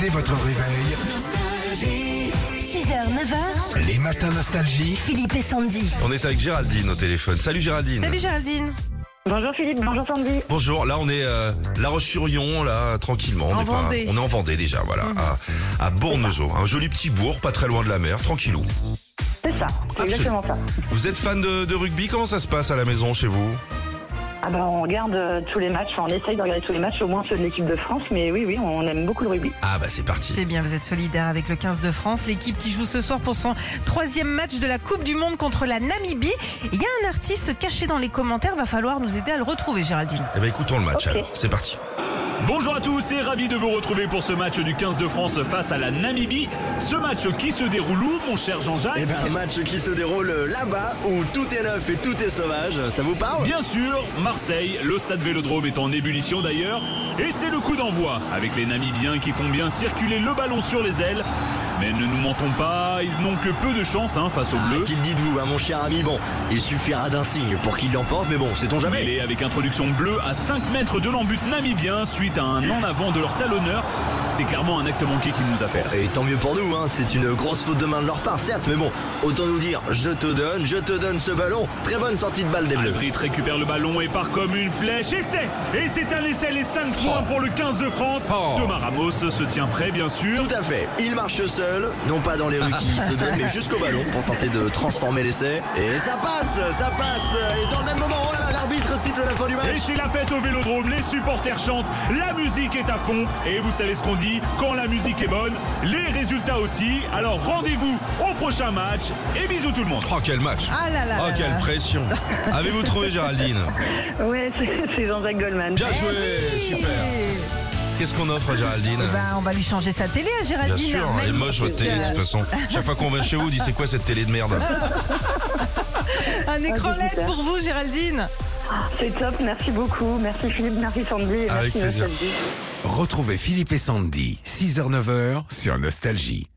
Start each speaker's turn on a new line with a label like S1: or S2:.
S1: Dès votre réveil,
S2: 6h, 9h,
S1: les matins nostalgie.
S2: Philippe et Sandy.
S3: On est avec Géraldine au téléphone. Salut Géraldine.
S4: Salut Géraldine.
S5: Bonjour Philippe, bonjour Sandy.
S3: Bonjour. Là, on est euh, La Roche-sur-Yon, là, tranquillement. On
S4: En
S3: est pas-
S4: Vendée.
S3: on est en Vendée déjà, voilà, à, à Bournezeau, un joli petit bourg, pas très loin de la mer, tranquillou.
S5: C'est ça, c'est
S3: Absolument.
S5: exactement ça.
S3: Vous êtes fan de, de rugby Comment ça se passe à la maison chez vous
S5: Ah ben, on regarde euh, tous les matchs, enfin, on essaye de regarder tous les matchs, au moins ceux de l'équipe de France, mais oui, oui, on aime beaucoup le rugby.
S3: Ah bah c'est parti.
S4: C'est bien, vous êtes solidaire avec le 15 de France, l'équipe qui joue ce soir pour son troisième match de la Coupe du Monde contre la Namibie. Il y a un artiste caché dans les commentaires, va falloir nous aider à le retrouver, Géraldine.
S3: Eh ben écoutons le match
S5: Ok.
S3: alors. C'est parti.
S6: Bonjour à tous et ravi de vous retrouver pour ce match du 15 de France face à la Namibie. Ce match qui se déroule où, mon cher Jean-Jacques
S7: Eh ben, un match qui se déroule là-bas où tout est neuf et tout est sauvage. Ça vous parle
S6: Bien sûr, Marseille, le stade Vélodrome est en ébullition d'ailleurs. Et c'est le coup d'envoi, avec les Namibiens qui font bien circuler le ballon sur les ailes. Mais ne nous mentons pas, ils n'ont que peu de chance hein, face aux Bleus.
S7: Qu'il dites-vous, hein, mon cher ami Bon, il suffira d'un signe pour qu'il l'emporte, mais bon, sait-on jamais
S6: Mêlé avec introduction bleue à 5 mètres de l'embut namibien suite à un en avant de leur talonneur. C'est clairement un acte manqué qui nous a fait.
S7: Et tant mieux pour nous, hein, c'est une grosse faute de main de leur part, certes, mais bon, autant nous dire, je te donne, je te donne ce ballon. Très bonne sortie de balle des Bleus.
S6: Aldrit récupère le ballon et part comme une flèche. Et c'est Et c'est un essai, les 5
S7: Oh.
S6: points pour le 15 de France.
S3: Oh.
S6: Thomas Ramos se tient prêt, bien sûr.
S7: Tout à fait, il marche seul, non pas dans les rues qui se donnent, mais jusqu'au ballon pour tenter de transformer l'essai. Et ça passe, ça passe, et dans le même moment, oh là là, l'arbitre siffle la fin du match.
S6: Et c'est la fête au vélodrome, les supporters chantent, la musique est à fond, et vous savez ce qu'on dit, quand la musique est bonne, les résultats aussi. Alors rendez-vous au prochain match, et bisous tout le monde.
S3: Oh quel match
S4: Ah là là
S3: Oh
S4: là
S3: quelle
S4: là.
S3: pression Avez-vous trouvé Géraldine
S5: Ouais, c'est- c'est Jean-Jacques
S7: Eh
S5: Goldman.
S3: Bien joué Super Qu'est-ce qu'on offre à Géraldine
S4: Eh ben, on va lui changer sa télé à
S3: Bien
S4: Géraldine.
S3: sûr, elle est
S4: Magnifique.
S3: moche votre télé de toute façon. Chaque fois qu'on vient chez vous, on dit c'est quoi cette télé de merde
S4: Un écran
S5: Ah, c'est
S4: LED
S5: super.
S4: pour vous, Géraldine.
S5: C'est top, merci beaucoup, merci Philippe, merci Sandy, et
S3: Avec
S5: merci
S3: plaisir.
S5: Sandy.
S1: Retrouvez Philippe et Sandy, 6h-9h sur Nostalgie.